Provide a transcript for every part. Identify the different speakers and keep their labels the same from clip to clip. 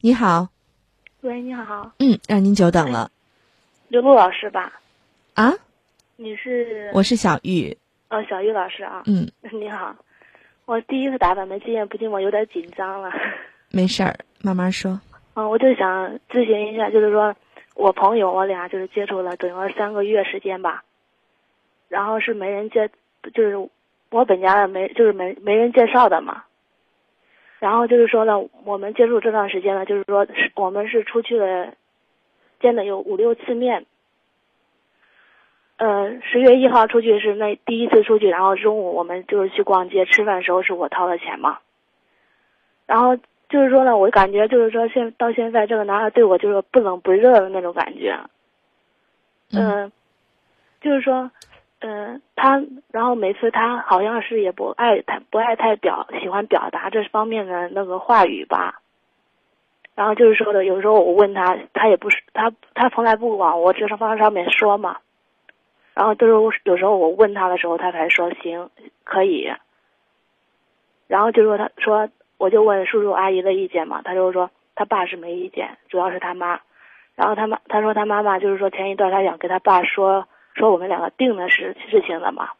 Speaker 1: 你好，
Speaker 2: 喂，你好，
Speaker 1: 嗯，让您久等了
Speaker 2: 刘璐老师吧？
Speaker 1: 啊，
Speaker 2: 你是
Speaker 1: 我是小玉，
Speaker 2: 呃小玉老师啊？
Speaker 1: 嗯，
Speaker 2: 你好，我第一次打板的经验不禁我有点紧张了。
Speaker 1: 没事儿，慢慢说。
Speaker 2: 嗯，我就想咨询一下，就是说我朋友我俩就是接触了等于说三个月时间吧，然后是没人介，就是我本家的没就是没没人介绍的嘛。然后就是说呢，我们接触这段时间呢，就是说是我们是出去了，见了有五六次面。呃，十月一号出去是那第一次出去，然后中午我们就是去逛街吃饭的时候是我掏的钱嘛。然后就是说呢，我感觉就是说现到现在这个男孩对我就是不冷不热的那种感觉。
Speaker 1: 嗯
Speaker 2: 嗯，就是说，嗯，他，然后每次他好像是也不爱太不爱太表喜欢表达这方面的那个话语吧。然后就是说的，有时候我问他，他也不是他他从来不往我这方上面说嘛。然后就是有时候我问他的时候，他才说行可以。然后就说他说，我就问叔叔阿姨的意见嘛，他就说他爸是没意见，主要是他妈。然后他妈他说他妈妈就是说前一段他想跟他爸说说我们两个定的事事情了嘛，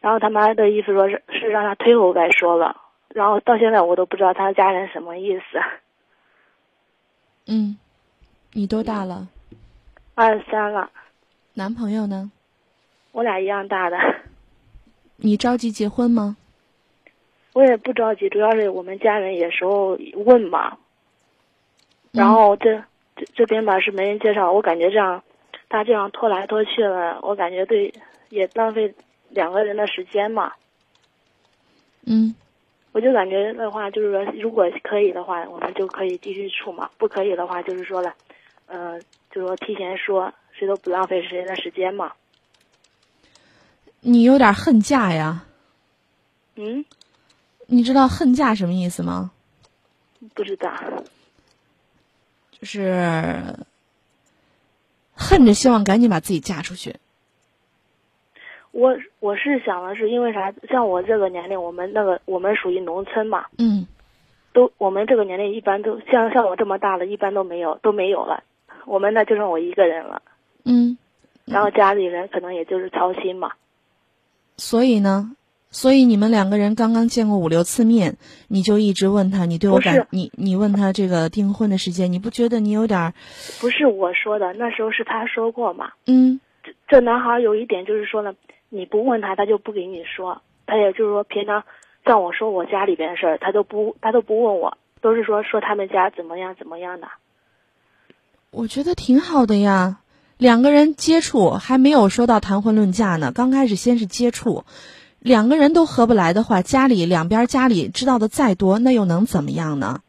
Speaker 2: 然后他妈的意思说是是让他推后再说了，然后到现在我都不知道他家人什么意思。
Speaker 1: 嗯，你多大了？
Speaker 2: 二十三了，
Speaker 1: 嗯男朋友呢？
Speaker 2: 我俩一样大的，
Speaker 1: 你着急结婚吗？
Speaker 2: 我也不着急，主要是我们家人有时候问嘛，然
Speaker 1: 嗯
Speaker 2: 后这这这边吧是没人介绍，我感觉这样他这样拖来拖去了，我感觉对也浪费两个人的时间嘛。
Speaker 1: 嗯
Speaker 2: 我就感觉的话，就是说，如果可以的话，我们就可以继续处嘛；不可以的话，就是说了，呃，就是说提前说，谁都不浪费谁的时间嘛。
Speaker 1: 你有点恨嫁呀？
Speaker 2: 嗯，
Speaker 1: 你知道恨嫁什么意思吗？
Speaker 2: 不知道。
Speaker 1: 就是恨着希望赶紧把自己嫁出去。
Speaker 2: 我我是想的是，因为啥？像我这个年龄，我们那个我们属于农村嘛，
Speaker 1: 嗯
Speaker 2: 都我们这个年龄一般都像像我这么大了，一般都没有都没有了。我们那就剩我一个人了，
Speaker 1: 嗯，
Speaker 2: 然后家里人可能也就是操心嘛。
Speaker 1: 所以呢，所以你们两个人刚刚见过五六次面，你就一直问他，你对我
Speaker 2: 不是
Speaker 1: 感，你你问他这个订婚的时间，你不觉得你有点儿
Speaker 2: 不是我说的，那时候是他说过嘛。
Speaker 1: 嗯？
Speaker 2: 这男孩有一点就是说呢，你不问他，他就不给你说。他也就是说，平常像我说我家里边的事儿，他都不他都不问我，都是说说他们家怎么样怎么样的。
Speaker 1: 我觉得挺好的呀，两个人接触还没有说到谈婚论嫁呢，刚开始先是接触，两个人都合不来的话，家里两边家里知道的再多，那又能怎么样呢？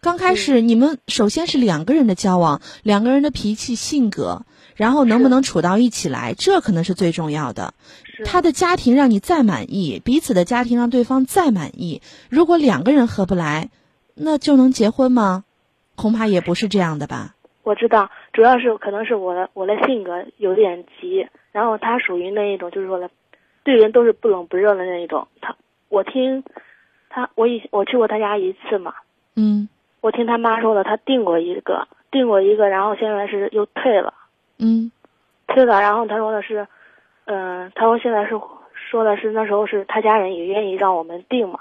Speaker 1: 刚开始你们首先是两个人的交往，两个人的脾气性格，然后能不
Speaker 2: 是
Speaker 1: 能处到一起来，这可能是最重要的。
Speaker 2: 是
Speaker 1: 他的家庭让你再满意，彼此的家庭让对方再满意，如果两个人合不来，那就能结婚吗？恐怕也不是这样的吧。
Speaker 2: 我知道，主要是可能是我的我的性格有点急，然后他属于那一种就是说呢，对人都是不冷不热的那一种。他我听他我以我去过他家一次嘛，
Speaker 1: 嗯
Speaker 2: 我听他妈说的，他订过一个订过一个，然后现在是又退了。
Speaker 1: 嗯
Speaker 2: 对的，然后他说的是，嗯、他说现在是说的是那时候是他家人也愿意让我们定嘛，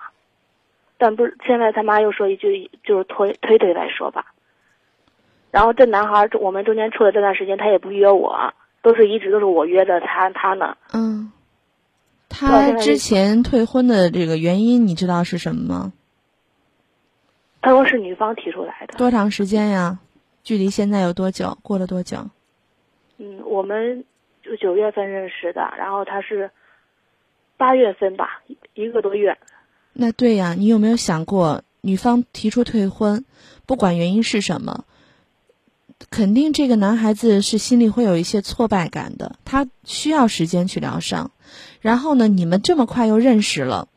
Speaker 2: 但不是现在他妈又说一句就是推推推来说吧。然后这男孩儿我们中间处的这段时间，他也不约我，都是一直都是我约着他他呢。
Speaker 1: 嗯，
Speaker 2: 我
Speaker 1: 他
Speaker 2: 现在
Speaker 1: 之
Speaker 2: 就
Speaker 1: 前退婚的这个原因你知道是什么吗？
Speaker 2: 他说是女方提出来的。
Speaker 1: 多长时间呀？距离现在有多久？过了多久？
Speaker 2: 嗯，我们就九月份认识的，然后他是八月份吧，一一个多月。
Speaker 1: 那对呀，你有没有想过，女方提出退婚，不管原因是什么，肯定这个男孩子是心里会有一些挫败感的，他需要时间去疗伤。然后呢，你们这么快又认识了，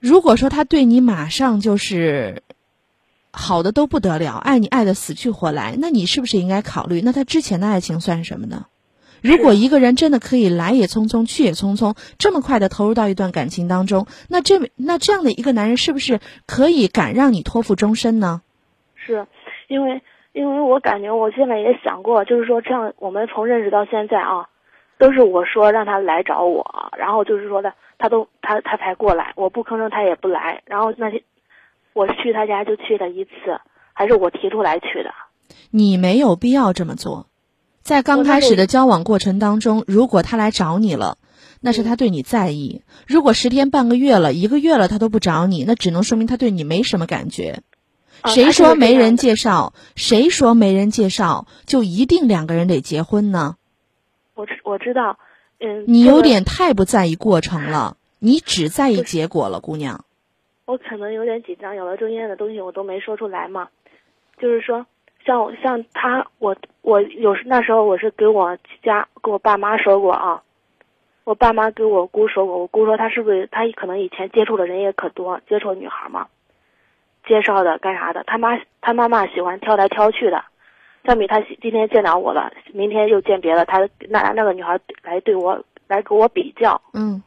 Speaker 1: 如果说他对你马上就是好的都不得了，爱你爱的死去活来，那你是不是应该考虑，那他之前的爱情算什么呢？如果一个人真的可以来也匆匆，去也匆匆，这么快的投入到一段感情当中，那这那这样的一个男人，是不是可以敢让你托付终身呢？
Speaker 2: 是，因为因为我感觉我现在也想过，就是说这样，我们从认识到现在啊，都是我说让他来找我，然后就是说的他都他他才过来，我不吭声他也不来，然后那天我去他家就去了一次，还是我提出来去的。
Speaker 1: 你没有必要这么做。在刚开始的交往过程当中，如果他来找你了，那是他对你在意；如果十天半个月了、一个月了，他都不找你，那只能说明他对你没什么感觉。
Speaker 2: 啊
Speaker 1: 谁说没人？
Speaker 2: 他就是这样的
Speaker 1: 介绍？谁说没人介绍就一定两个人得结婚呢？
Speaker 2: 我知我知道，嗯，
Speaker 1: 你
Speaker 2: 这
Speaker 1: 有
Speaker 2: 个
Speaker 1: 点太不在意过程了，你只在意结果了，姑娘。
Speaker 2: 我可能有点紧张，有的中间的东西我都没说出来嘛。就是说，像我像他，我我有时那时候我是给我家跟我爸妈说过啊，我爸妈给我姑说过，我姑说他是不是他可能以前接触的人也可多，接触女孩嘛，介绍的干啥的，他妈他妈妈喜欢挑来挑去的，相比他今天见到我了，明天又见别的，他那那个女孩来对我来给我比较，
Speaker 1: 嗯，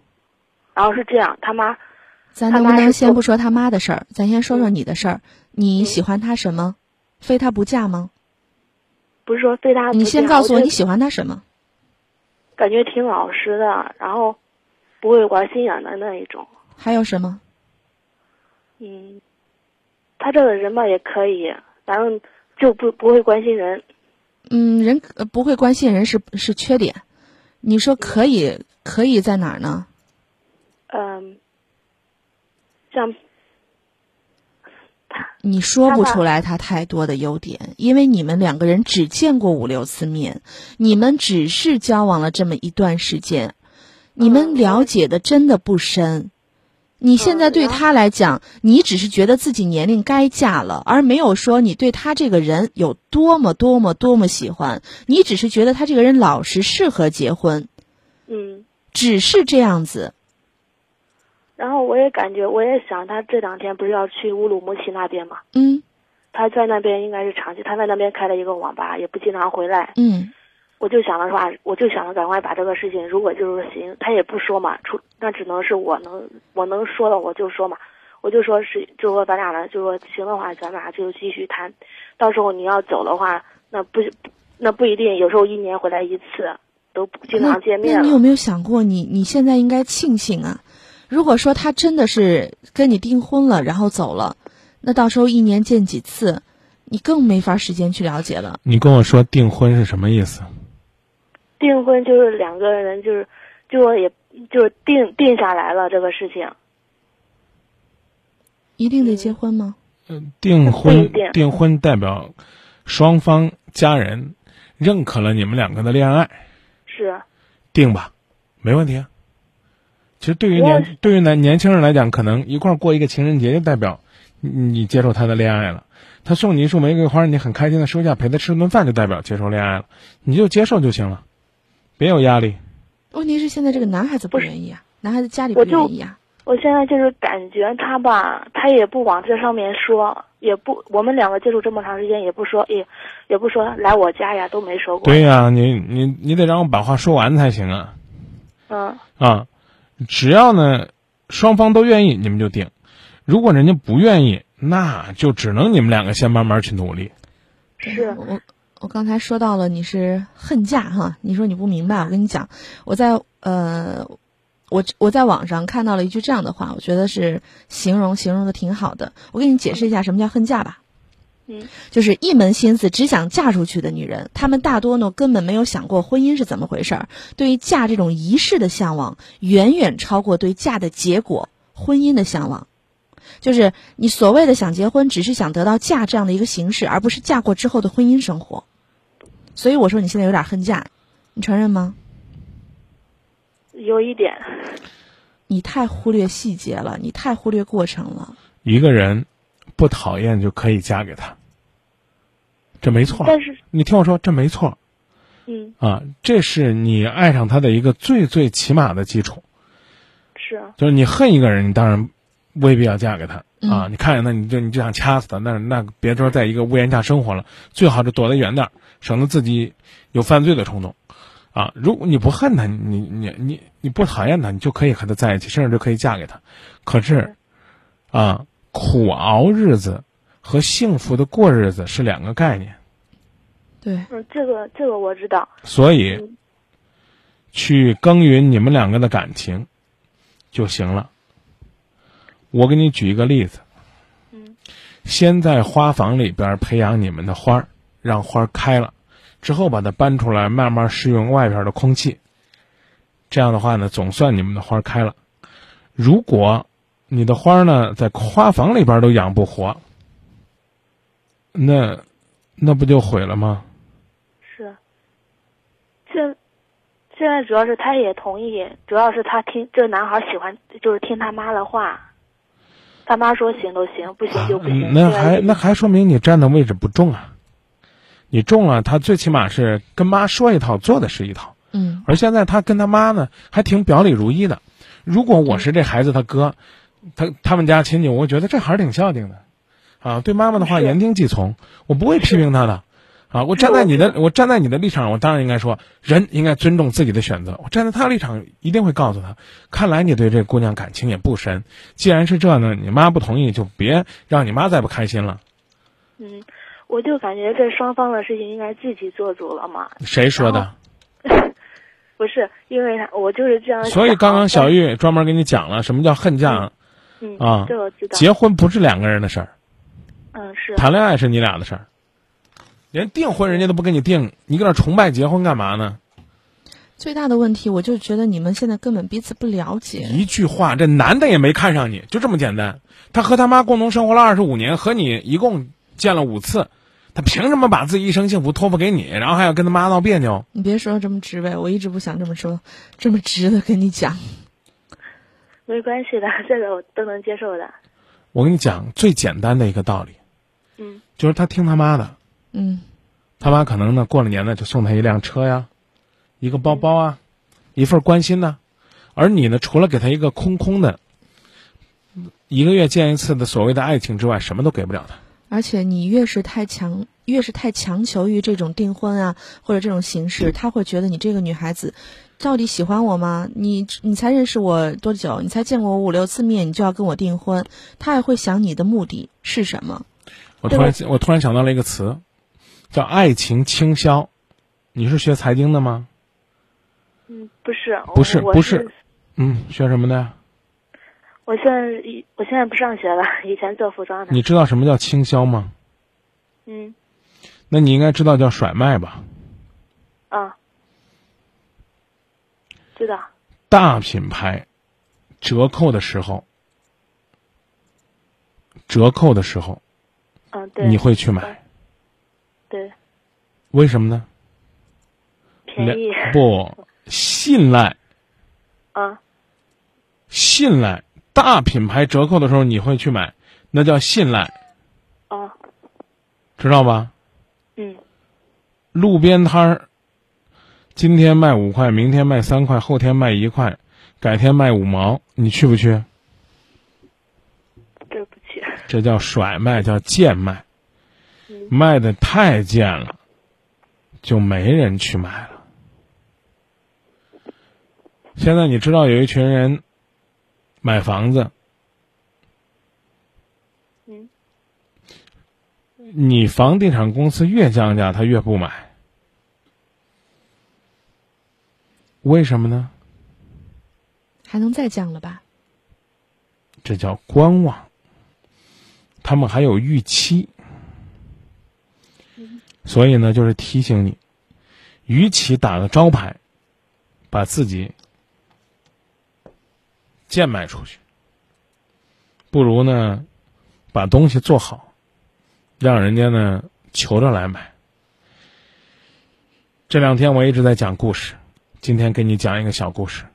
Speaker 2: 然后是这样，他妈
Speaker 1: 咱
Speaker 2: 他
Speaker 1: 能不
Speaker 2: 妈
Speaker 1: 能
Speaker 2: 是
Speaker 1: 先
Speaker 2: 做
Speaker 1: 不说他妈的事儿，咱先说说
Speaker 2: 嗯
Speaker 1: 你的事儿？你
Speaker 2: 嗯
Speaker 1: 喜欢他什么？非他不嫁吗？
Speaker 2: 不是说对他
Speaker 1: 你
Speaker 2: 啊不
Speaker 1: 先
Speaker 2: 敬
Speaker 1: 告诉
Speaker 2: 我
Speaker 1: 我
Speaker 2: 就
Speaker 1: 你喜欢他什么？
Speaker 2: 感觉挺老实的，然后不会玩心眼的那一种。
Speaker 1: 还有什么？
Speaker 2: 嗯，他这个人吧也可以，反正就不不会关心人。
Speaker 1: 嗯，人呃不会关心人是是缺点。你说可以可以在哪儿呢？
Speaker 2: 嗯，像他
Speaker 1: 你说
Speaker 2: 他
Speaker 1: 不
Speaker 2: 吧
Speaker 1: 出来他太多的优点，因为你们两个人只见过五六次面，你们只是交往了这么一段时间，你们
Speaker 2: 嗯
Speaker 1: 了解的真的不深。你现在
Speaker 2: 嗯
Speaker 1: 对
Speaker 2: 然后
Speaker 1: 他来讲，你只是觉得自己年龄该嫁了，而没有说你对他这个人有多么多么多么喜欢。你只是觉得他这个人老实，适合结婚，
Speaker 2: 嗯，
Speaker 1: 只是这样子。
Speaker 2: 然后我也感觉我也想他这两天不是要去乌鲁木齐那边嘛，
Speaker 1: 嗯
Speaker 2: 他在那边应该是长期，他在那边开了一个网吧，也不经常回来。
Speaker 1: 嗯
Speaker 2: 我就想着说啊，我就想着赶快把这个事情，如果就是行，他也不说嘛，出那只能是我能我能说了我就说嘛，我就说是就说咱俩呢，就说行的话，咱俩就继续谈，到时候你要走的话，那不那不一定，有时候一年回来一次，都不经常见
Speaker 1: 那
Speaker 2: 面
Speaker 1: 你
Speaker 2: 了
Speaker 1: 有。没有想过你，你现在应该庆幸啊？如果说他真的是跟你订婚了，然后走了，那到时候一年见几次，你更没法时间去了解了。
Speaker 3: 你跟我说订婚是什么意思？
Speaker 2: 订婚就是两个人就是就说也就是定定下来了这个事情，
Speaker 1: 一定得结婚吗？
Speaker 3: 嗯，订
Speaker 2: 不一
Speaker 3: 婚
Speaker 2: 定
Speaker 3: 订婚代表双方家人认可了你们两个的恋爱，
Speaker 2: 是
Speaker 3: 定吧，没问题啊。其实对于
Speaker 2: 我
Speaker 3: 年对于男年轻人来讲，可能一块儿过一个情人节就代表你你接受他的恋爱了。他送你一束玫瑰花，你很开心的收下，陪他吃顿饭就代表接受恋爱了，你就接受就行了，别有压力。
Speaker 1: 问题是现在这个男孩子不
Speaker 2: 不是
Speaker 1: 愿意啊，男孩子家里不
Speaker 2: 我就
Speaker 1: 愿意啊。
Speaker 2: 我现在就是感觉他吧，他也不往这上面说，也不我们两个接触这么长时间，也不说，也也不说来我家呀，都没说过。
Speaker 3: 对呀、你你你得让我把话说完才行啊
Speaker 2: 嗯，
Speaker 3: 啊！只要呢双方都愿意，你们就定；如果人家不愿意，那就只能你们两个先慢慢去努力。
Speaker 2: 是，
Speaker 1: 我我刚才说到了你是恨嫁哈，你说你不明白，我跟你讲，我在呃，我我在网上看到了一句这样的话，我觉得是形容形容的挺好的。我给你解释一下什么叫恨嫁吧。
Speaker 2: 嗯，
Speaker 1: 就是一门心思只想嫁出去的女人，她们大多呢根本没有想过婚姻是怎么回事儿。对于嫁这种仪式的向往，远远超过对嫁的结果、婚姻的向往。就是你所谓的想结婚，只是想得到嫁这样的一个形式，而不是嫁过之后的婚姻生活。所以我说你现在有点恨嫁，你承认吗？
Speaker 2: 有一点，
Speaker 1: 你太忽略细节了，你太忽略过程了。
Speaker 3: 一个人不讨厌就可以嫁给他，这没错。
Speaker 2: 但是，
Speaker 3: 你听我说，这没错
Speaker 2: 嗯，
Speaker 3: 啊，这是你爱上他的一个最最起码的基础。
Speaker 2: 是，
Speaker 3: 就是你恨一个人，你当然未必要嫁给他啊。你看见他，你就你就想掐死他，那那别说在一个屋檐下生活了，最好是躲得远点儿，省得自己有犯罪的冲动啊，如果你不恨他，你你你你不讨厌他，你就可以和他在一起，甚至就可以嫁给他。可是，啊，苦熬日子和幸福的过日子是两个概念。
Speaker 1: 对，
Speaker 2: 嗯，这个这个我知道，
Speaker 3: 所以
Speaker 2: 嗯，
Speaker 3: 去耕耘你们两个的感情就行了。我给你举一个例子，
Speaker 2: 嗯
Speaker 3: 先在花房里边培养你们的花儿，让花儿开了，之后把它搬出来，慢慢适应外边的空气。这样的话呢，总算你们的花儿开了。如果你的花儿呢在花房里边都养不活，那那不就毁了吗？
Speaker 2: 是。现现在主要是他也同意，主要是他听这个男孩喜欢，就是听他妈的话。他妈说行都行，不行就不行。
Speaker 3: 嗯那
Speaker 2: 对
Speaker 3: 还那还说明你站的位置不重啊，你重了，他最起码是跟妈说一套，做的是一套。
Speaker 1: 嗯
Speaker 3: 而现在他跟他妈呢，还挺表里如一的。如果我是这孩子他哥，他他们家亲戚，我会觉得这孩儿挺孝敬的，啊，对妈妈的话
Speaker 2: 是
Speaker 3: 言听计从，我不会批评他的。啊，我站在你的我站在你的立场，我当然应该说，人应该尊重自己的选择。我站在他的立场，一定会告诉他，看来你对这姑娘感情也不深。既然是这呢，你妈不同意，就别让你妈再不开心了。
Speaker 2: 嗯，我就感觉这双方的事情应该自己做主了嘛。
Speaker 3: 谁说
Speaker 2: 哦
Speaker 3: 的？
Speaker 2: 不是，因为他我就是这样想。
Speaker 3: 所以刚刚小
Speaker 2: 玉，
Speaker 3: 玉专门给你讲了什么叫恨嫁啊，
Speaker 2: 嗯，
Speaker 3: 啊
Speaker 2: 这我知道。
Speaker 3: 结婚不是两个人的事儿，
Speaker 2: 嗯，是
Speaker 3: 谈恋爱是你俩的事儿。连订婚人家都不给你订，你搁那崇拜结婚干嘛呢？
Speaker 1: 最大的问题，我就觉得你们现在根本彼此不了解。
Speaker 3: 一句话，这男的也没看上你，就这么简单。他和他妈共同生活了二十五年，和你一共见了五次，他凭什么把自己一生幸福托付给你，然后还要跟他妈闹别扭？
Speaker 1: 你别说这么直白，我一直不想这么说，这么直的跟你讲。
Speaker 2: 没关系的， 这个我都能接受的。
Speaker 3: 我跟你讲最简单的一个道理，
Speaker 2: 嗯
Speaker 3: 就是他听他妈的，
Speaker 1: 嗯
Speaker 3: 他妈可能呢过了年呢就送他一辆车呀，一个包包啊，一份关心呐、而你呢，除了给他一个空空的，一个月见一次的所谓的爱情之外，什么都给不了他。
Speaker 1: 而且你越是太强，越是太强求于这种订婚啊，或者这种形
Speaker 3: 嗯
Speaker 1: 式，他会觉得你这个女孩子到底喜欢我吗？你你才认识我多久？你才见过我五六次面，你就要跟我订婚？他也会想你的目的是什么？
Speaker 3: 我突然我突然想到了一个词，叫爱情倾销。你是学财经的吗？
Speaker 2: 嗯，不是，
Speaker 3: 不是
Speaker 2: 我
Speaker 3: 不
Speaker 2: 是
Speaker 3: 是嗯，学什么的呀？
Speaker 2: 我现在一我现在不上学了，以前做服装的。
Speaker 3: 你知道什么叫倾销吗？
Speaker 2: 嗯
Speaker 3: 那你应该知道叫甩卖吧？
Speaker 2: 啊，知道。
Speaker 3: 大品牌折扣的时候，折扣的时候
Speaker 2: 嗯，对
Speaker 3: 你会去买。
Speaker 2: 对，
Speaker 3: 为什么呢？
Speaker 2: 便宜
Speaker 3: 两不信赖，
Speaker 2: 啊，
Speaker 3: 信赖大品牌折扣的时候你会去买，那叫信赖，
Speaker 2: 哦，
Speaker 3: 知道吧？
Speaker 2: 嗯
Speaker 3: 路边摊儿，今天卖五块，明天卖三块，后天卖一块，改天卖五毛，你去不去？
Speaker 2: 对不起，
Speaker 3: 这叫甩卖，叫贱卖
Speaker 2: 嗯，
Speaker 3: 卖的太贱了，就没人去买了。现在你知道有一群人买房子，
Speaker 2: 嗯
Speaker 3: 你房地产公司越降价，他越不买，为什么呢？
Speaker 1: 还能再降了吧？
Speaker 3: 这叫观望。他们还有预期，所以呢，就是提醒你，与其打个招牌，把自己贱卖出去，不如呢，把东西做好，让人家呢求着来买。这两天我一直在讲故事，今天给你讲一个小故事。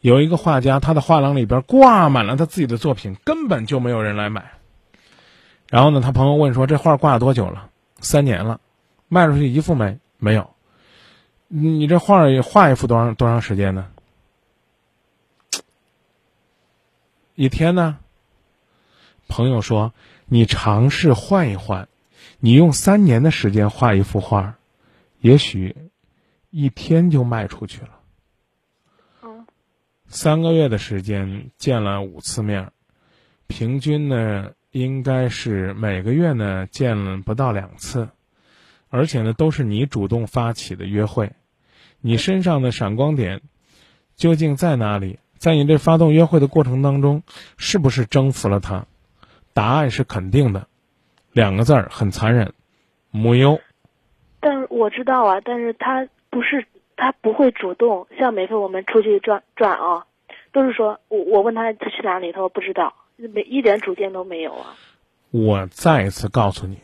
Speaker 3: 有一个画家，他的画廊里边挂满了他自己的作品，根本就没有人来买。然后呢，他朋友问说：“这画挂了多久了？三年了，卖出去一幅没？没有。你这画儿画一幅多长多长时间呢？一天呢？”朋友说：“你尝试换一换，你用三年的时间画一幅画儿，也许一天就卖出去了。
Speaker 2: 嗯
Speaker 3: 三个月的时间见了五次面儿，平均呢应该是每个月呢见了不到两次，而且呢都是你主动发起的约会，你身上的闪光点究竟在哪里？在你这发动约会的过程当中，是不是征服了他？答案是肯定的，两个字儿很残忍，母忧。
Speaker 2: 但是我知道啊，但是他不是他不会主动，像每次我们出去转转啊，都是说我我问他他去哪里，他说不知道，没一点主见都没有啊。
Speaker 3: 我再一次告诉你，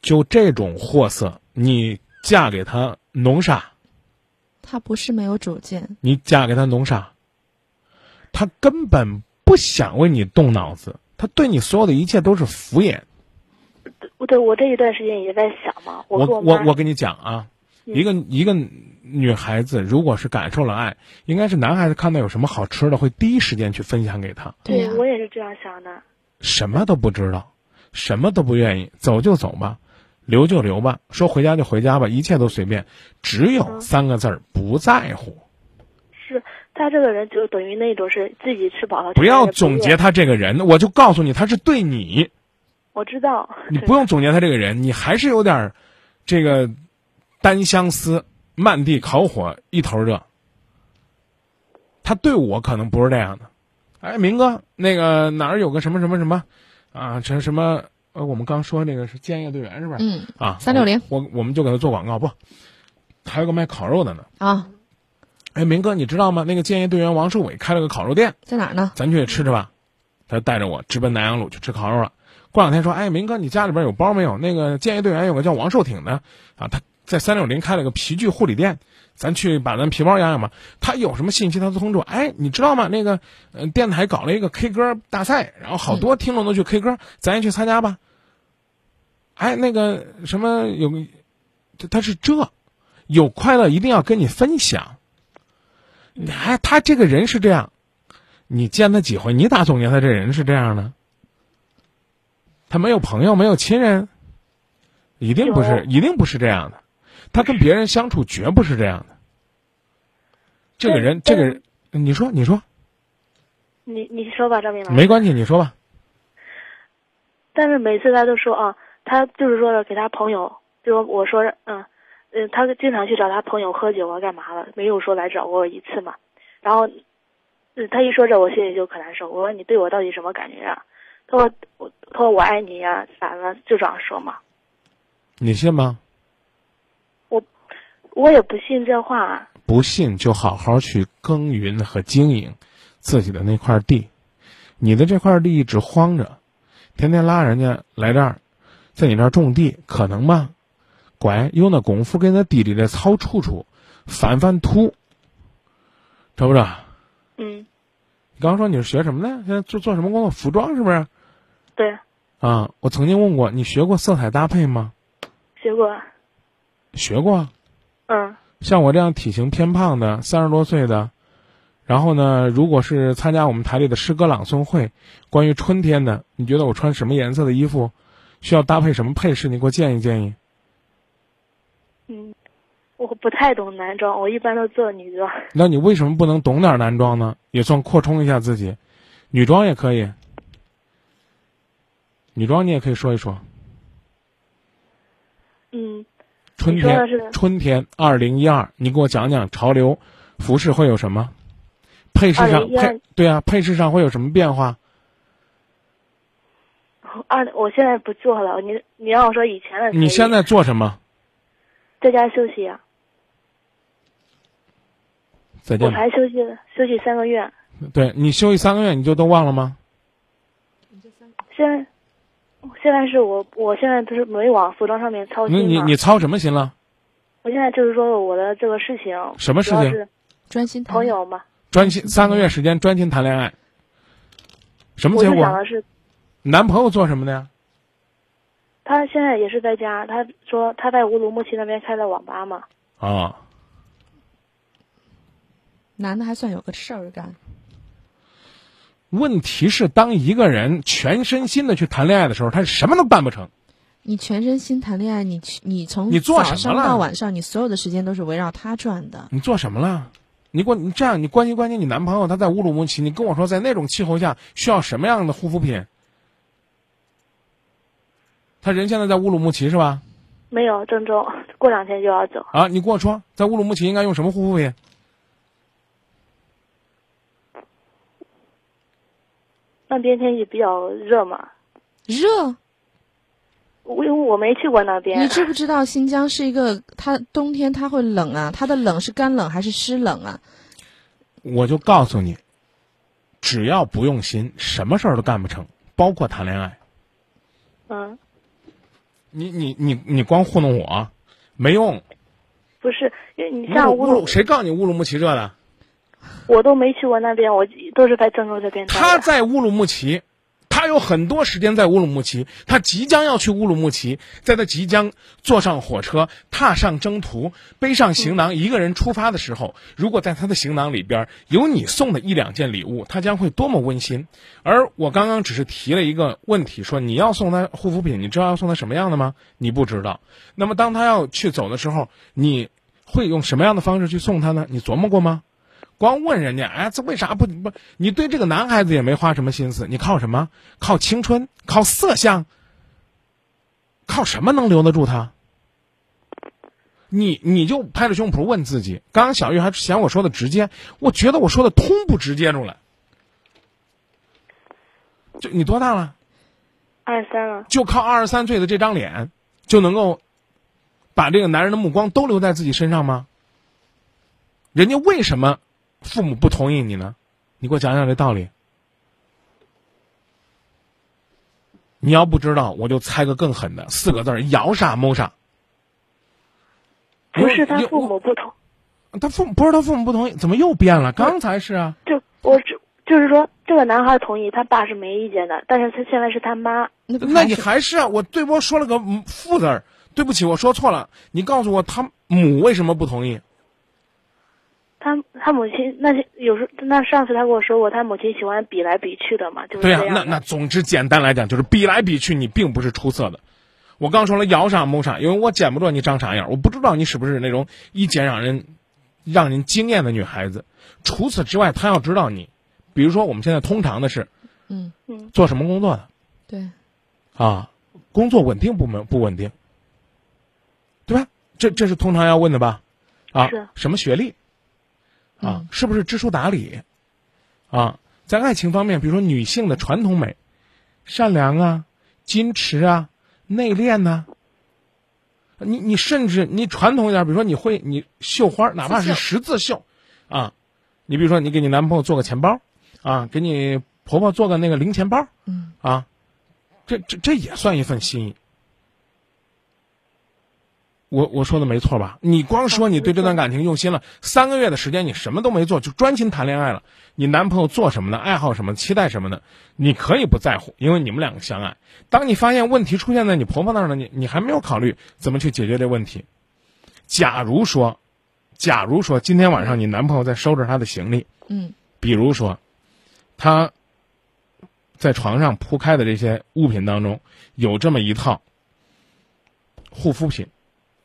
Speaker 3: 就这种货色，你嫁给他弄啥？
Speaker 1: 他不是没有主见，
Speaker 3: 你嫁给他弄啥？他根本不想为你动脑子，他对你所有的一切都是敷衍。
Speaker 2: 我对我这一段时间也在想嘛，
Speaker 3: 我
Speaker 2: 跟我
Speaker 3: 我
Speaker 2: 妈
Speaker 3: 我跟你讲啊，
Speaker 2: 嗯
Speaker 3: 一个一个女孩子如果是感受了爱，应该是男孩子看到有什么好吃的，会第一时间去分享给他，
Speaker 1: 对呀、
Speaker 2: 我也是这样想的。
Speaker 3: 什么都不知道，什么都不愿意，走就走吧，留就留吧，说回家就回家吧，一切都随便，只有
Speaker 2: 嗯
Speaker 3: 三个字儿不在乎。
Speaker 2: 是他这个人就等于那种是自己吃饱了
Speaker 3: 不要
Speaker 2: 其他人
Speaker 3: 总结
Speaker 2: 饿
Speaker 3: 他这个人，我就告诉你，他是对你。
Speaker 2: 我知道，
Speaker 3: 你
Speaker 2: 对
Speaker 3: 不用总结他这个人，你还是有点儿这个单相思，漫地烤火一头热。他对我可能不是这样的，哎，明哥，那个哪儿有个什么什么什么啊？这什么？呃，我们刚说那个是建业队员是吧？
Speaker 1: 嗯
Speaker 3: 啊，
Speaker 1: 360
Speaker 3: 我我们就给他做广告不？还有个卖烤肉的呢。
Speaker 1: 啊，
Speaker 3: 哎，明哥，你知道吗？那个建业队员王树伟开了个烤肉店，
Speaker 1: 在哪儿呢？
Speaker 3: 咱去吃吃吧。他就带着我直奔南阳路去吃烤肉了。过两天说，哎，明哥，你家里边有包没有？那个建业队员有个叫王寿挺的啊，他在三六零开了个皮具护理店，咱去把咱皮包养养吧。他有什么信息他都通知我。哎，你知道吗？那个呃电台搞了一个 K 歌大赛，然后好多听众都去 K 歌，咱也去参加吧。哎，那个什么有个，他他是这，有快乐一定要跟你分享。哎，他这个人是这样，你见他几回？你咋总结他这人是这样呢？他没有朋友，没有亲人，一定不是，
Speaker 2: 有
Speaker 3: 一定不是这样的。他跟别人相处绝不是这样的。这个人，这
Speaker 2: 但
Speaker 3: 个人，你说，你说，
Speaker 2: 你你说吧，张明老师
Speaker 3: 没关系，你说吧。
Speaker 2: 但是每次他都说啊，他就是说了给他朋友，就说我说嗯嗯，他经常去找他朋友喝酒啊，干嘛的，没有说来找过我一次嘛。然后，嗯，他一说这，我心里就可难受。我说你对我到底什么感觉啊？他说我他说我爱你呀、咋了？就这样说嘛。
Speaker 3: 你信吗？
Speaker 2: 我也不信这话、啊。
Speaker 3: 不信就好好去耕耘和经营自己的那块地。你的这块地一直荒着，天天拉人家来这儿，在你这儿种地，可能吗？拐有那功夫跟那地里的草处处翻翻土，知不知道？啊
Speaker 2: 嗯，
Speaker 3: 你刚说你是学什么的？现在做做什么工作？服装是不是？
Speaker 2: 对，
Speaker 3: 啊，我曾经问过你学过色彩搭配吗？
Speaker 2: 结果
Speaker 3: 学过啊。
Speaker 2: 嗯
Speaker 3: 像我这样体型偏胖的三十多岁的，然后呢，如果是参加我们台里的诗歌朗诵会，关于春天的，你觉得我穿什么颜色的衣服，需要搭配什么配饰？你给我建议建议。
Speaker 2: 嗯，我不太懂男装，我一般都做女装。
Speaker 3: 那你为什么不能懂点男装呢？也算扩充一下自己，女装也可以，女装你也可以说一说。
Speaker 2: 嗯，
Speaker 3: 春
Speaker 2: 你说的
Speaker 3: 天，
Speaker 2: 是
Speaker 3: 春天二零一二，你给我讲讲潮流服饰会有什么？配饰上
Speaker 2: 2012
Speaker 3: 配对啊，配饰上会有什么变化？
Speaker 2: 二，我现在不做了。你你让我说以前的可以，
Speaker 3: 你现在做什么？
Speaker 2: 在家休息啊。
Speaker 3: 再见
Speaker 2: 我
Speaker 3: 吧。
Speaker 2: 才休息了，休息三个月，
Speaker 3: 对你休息三个月，你就都忘了吗？
Speaker 2: 现在现在是我我现在不是没往服装上面操
Speaker 3: 那
Speaker 2: 心
Speaker 3: 你
Speaker 2: 嘛，
Speaker 3: 你操什么心了？
Speaker 2: 我现在就是说我的这个事情，
Speaker 3: 什么事
Speaker 2: 主要
Speaker 3: 情
Speaker 2: 是
Speaker 1: 专心谈
Speaker 2: 朋友嘛，
Speaker 3: 专心三个月时间专心谈恋爱，什么
Speaker 2: 我
Speaker 3: 结
Speaker 2: 就想
Speaker 3: 果？
Speaker 2: 的是，
Speaker 3: 男朋友做什么的呀？
Speaker 2: 他现在也是在家，他说他在乌鲁木齐那边开的网吧嘛，
Speaker 3: 啊，
Speaker 1: 男的还算有个事儿干，
Speaker 3: 问题是当一个人全身心的去谈恋爱的时候，他什么都办不成。
Speaker 1: 你全身心谈恋爱，你去你从
Speaker 3: 你做什
Speaker 1: 早
Speaker 3: 么
Speaker 1: 上
Speaker 3: 了嗯
Speaker 1: 到晚上，你所有的时间都是围绕他转的。
Speaker 3: 你做什么了？你关你这样，你关心关心你男朋友，他在乌鲁木齐，你跟我说在那种气候下需要什么样的护肤品？他人现在在乌鲁木齐是吧？
Speaker 2: 没有郑州，过两天就要走。
Speaker 3: 啊，你跟我说在乌鲁木齐应该用什么护肤品？
Speaker 2: 那边天气比较热嘛，
Speaker 1: 热，
Speaker 2: 我因为我没去过那边啊
Speaker 1: 你，知不知道新疆是一个它冬天它会冷啊？它的冷是干冷还是湿冷啊？
Speaker 3: 我就告诉你，只要不用心，什么事儿都干不成，包括谈恋爱。
Speaker 2: 嗯，
Speaker 3: 你你你你光糊弄我，没用。
Speaker 2: 不是，因为你
Speaker 3: 乌
Speaker 2: 像
Speaker 3: 鲁
Speaker 2: 乌
Speaker 3: 乌鲁
Speaker 2: 鲁，
Speaker 3: 谁告诉你乌鲁木齐热的？
Speaker 2: 我都没去过那边，我都是在郑州这边待的。
Speaker 3: 他在乌鲁木齐，他有很多时间在乌鲁木齐，他即将要去乌鲁木齐，在他即将坐上火车、踏上征途、背上行囊，一个人出发的时候，如果在他的行囊里边有你送的一两件礼物，他将会多么温馨。而我刚刚只是提了一个问题，说你要送他护肤品，你知道要送他什么样的吗？你不知道。那么当他要去走的时候，你会用什么样的方式去送他呢？你琢磨过吗？光问人家，哎，这为啥不不？你对这个男孩子也没花什么心思，你靠什么？靠青春？靠色相？靠什么能留得住他？你你就拍着胸脯问自己，刚刚小玉还嫌我说的直接，我觉得我说的通不直接出来。就你多大了？
Speaker 2: 二十三了，
Speaker 3: 就靠二十三岁的这张脸，就能够把这个男人的目光都留在自己身上吗？人家为什么父母不同意你呢？你给我讲讲这道理。你要不知道，我就猜个更狠的，四个字儿：摇啥谋啥。
Speaker 2: 不是他
Speaker 3: 有
Speaker 2: 父母不同，
Speaker 3: 他父母不是他父母不同意，怎么又变了？刚才是啊，
Speaker 2: 就我只就是说，这个男孩同意，他爸是没意见的，但是他现在是他妈，
Speaker 1: 那不
Speaker 3: 那
Speaker 1: 还
Speaker 3: 你
Speaker 1: 是
Speaker 3: 还是啊？我对波说了个嗯父字儿，对不起，我说错了。你告诉我，他母为什么不同意？
Speaker 2: 他他母亲那些有时候那上次他跟我说过，他母亲喜欢比来比去的嘛，就是
Speaker 3: 对
Speaker 2: 这
Speaker 3: 呀、
Speaker 2: 样的。
Speaker 3: 那那总之简单来讲就是比来比去，你并不是出色的。我刚说了摇啥谋啥，因为我捡不着你长啥样，我不知道你是不是那种一见让人让人惊艳的女孩子。除此之外，她要知道你，比如说我们现在通常的是
Speaker 1: 嗯
Speaker 3: 做什么工作的
Speaker 1: 对，
Speaker 3: 啊？工作稳定不稳不稳定？对吧？这这是通常要问的吧？啊
Speaker 2: 是，
Speaker 3: 什么学历？啊
Speaker 1: 嗯，
Speaker 3: 是不是知书达理？啊，在爱情方面，比如说女性的传统美，善良啊、矜持啊、内敛呐、你你甚至你传统一点，比如说你会你绣花，哪怕是
Speaker 1: 刺绣
Speaker 3: 十字绣，啊，你比如说你给你男朋友做个钱包，啊，给你婆婆做个那个零钱包，
Speaker 1: 嗯
Speaker 3: 啊，这这这也算一份心意。我我说的没错吧？你光说你对这段感情用心了，三个月的时间你什么都没做，就专心谈恋爱了。你男朋友做什么的，爱好什么，期待什么的，你可以不在乎，因为你们两个相爱。当你发现问题出现在你婆婆那儿呢，你你还没有考虑怎么去解决这问题。假如说，假如说今天晚上你男朋友在收拾他的行李，
Speaker 1: 嗯
Speaker 3: 比如说，他在床上铺开的这些物品当中，有这么一套护肤品，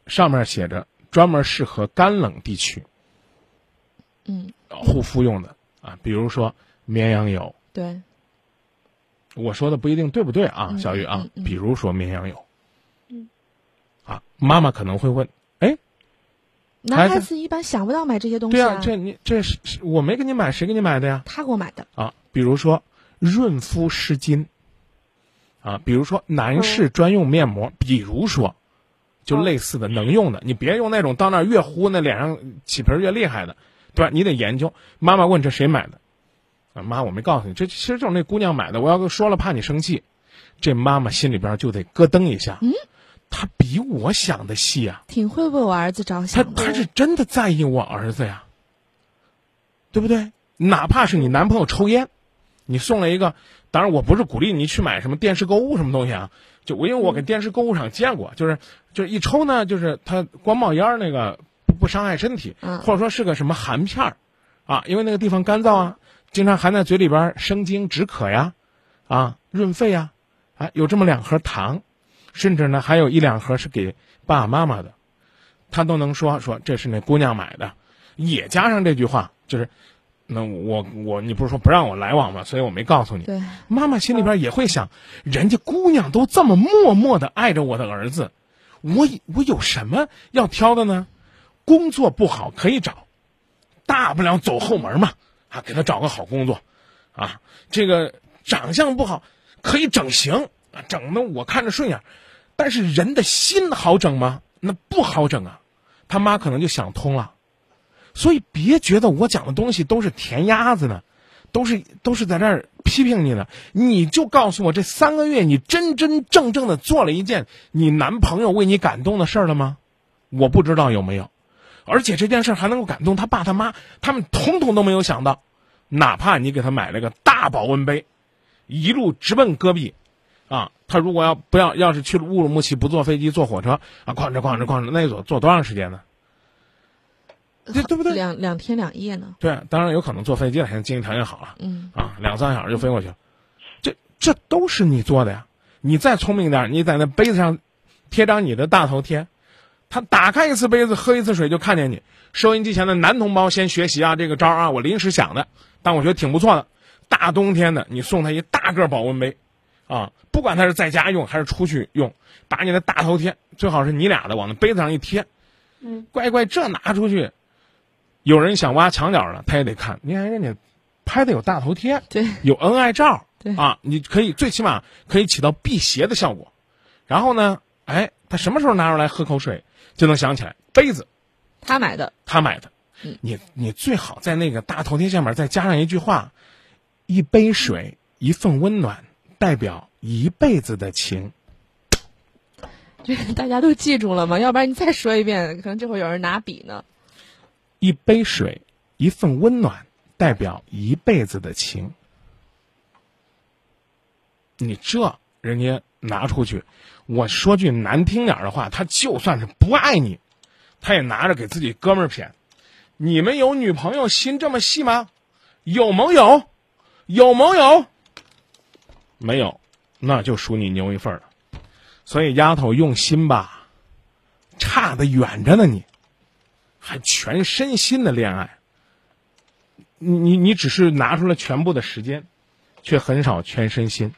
Speaker 3: 上面写着专门适合干冷地区
Speaker 1: 嗯，
Speaker 3: 护肤用的啊，比如说绵羊油。
Speaker 1: 对，
Speaker 3: 我说的不一定对不对啊，
Speaker 1: 嗯
Speaker 3: 小雨啊
Speaker 1: 嗯，嗯
Speaker 3: 比如说绵羊油，啊，妈妈可能会问，哎，
Speaker 1: 男
Speaker 3: 孩
Speaker 1: 孩
Speaker 3: 子
Speaker 1: 子一般想不到买这些东西
Speaker 3: 对啊，这你这是是我没给你买，谁给你买的呀？
Speaker 1: 他给我买的，
Speaker 3: 啊，比如说润肤湿巾，啊，比如说男士专用面膜，比如说，就类似的能用的，你别用那种到那儿越糊那脸上起皮儿越厉害的，对吧？你得研究。妈妈问这谁买的？啊，妈，我没告诉你，这其实就是那姑娘买的。我要说了，怕你生气，这妈妈心里边就得咯噔一下。嗯，她比我想的细啊。
Speaker 1: 挺会为我儿子着
Speaker 3: 他
Speaker 1: 想
Speaker 3: 他
Speaker 1: 的。
Speaker 3: 是真的在意我儿子呀，对不对？哪怕是你男朋友抽烟，你送了一个，当然我不是鼓励你去买什么电视购物什么东西啊，就我因为我给
Speaker 1: 嗯
Speaker 3: 电视购物上见过，就是就是一抽呢，就是它光冒烟儿那个不不伤害身体，
Speaker 1: 嗯
Speaker 3: 或者说是个什么含片儿，啊，因为那个地方干燥啊，经常含在嘴里边儿生津止渴呀，啊，润肺呀，啊，有这么两盒糖，甚至呢还有一两盒是给爸爸妈妈的，他都能说说这是那姑娘买的，也加上这句话，就是那我我你不是说不让我来往吗？所以我没告诉你。
Speaker 1: 对，
Speaker 3: 妈妈心里边也会想，人家姑娘都这么默默的爱着我的儿子，我我有什么要挑的呢？工作不好可以找，大不了走后门嘛，啊，给他找个好工作，啊，这个长相不好可以整形啊，整的我看着顺眼，但是人的心好整吗？那不好整啊，他妈可能就想通了，所以别觉得我讲的东西都是填鸭子呢。都是都是在这儿批评你呢，你就告诉我这三个月你真真正正的做了一件你男朋友为你感动的事儿了吗？我不知道有没有，而且这件事儿还能够感动他爸他妈，他们统统都没有想到，哪怕你给他买了个大保温杯，一路直奔戈壁，啊，他如果要不要要是去乌鲁木齐不坐飞机坐火车啊，逛着逛着逛着，那坐坐多长时间呢？对对不对？
Speaker 1: 两两天两夜呢，
Speaker 3: 对，当然有可能坐飞机了，现在经济条件好了。
Speaker 1: 嗯，
Speaker 3: 啊，两三个小时就飞过去了，这这都是你做的呀！你再聪明点儿，你在那杯子上贴张你的大头贴，他打开一次杯子喝一次水就看见你。收音机前的男同胞先学习啊，这个招儿啊，我临时想的，但我觉得挺不错的。大冬天的，你送他一大个保温杯，啊，不管他是在家用还是出去用，把你的大头贴，最好是你俩的，往那杯子上一贴，
Speaker 2: 嗯，
Speaker 3: 乖乖，这拿出去，有人想挖墙角了，他也得看，你看人家拍的有大头贴，
Speaker 1: 对，
Speaker 3: 有恩爱照，
Speaker 1: 对
Speaker 3: 啊，你可以最起码可以起到辟邪的效果。然后呢，哎，他什么时候拿出来喝口水，就能想起来杯子
Speaker 1: 他买的，
Speaker 3: 他买的
Speaker 1: 嗯。
Speaker 3: 你你最好在那个大头贴下面再加上一句话：一杯水，一份温暖，代表一辈子的情。
Speaker 1: 这个大家都记住了吗？要不然你再说一遍，可能这会儿有人拿笔呢。
Speaker 3: 一杯水，一份温暖，代表一辈子的情。你这人家拿出去，我说句难听点儿的话，他就算是不爱你，他也拿着给自己哥们儿谝。你们有女朋友心这么细吗？有没有？有没有？没有，那就数你牛一份儿了。所以丫头用心吧，差得远着呢你。还全身心的恋爱。你你你只是拿出了全部的时间，却很少全身心。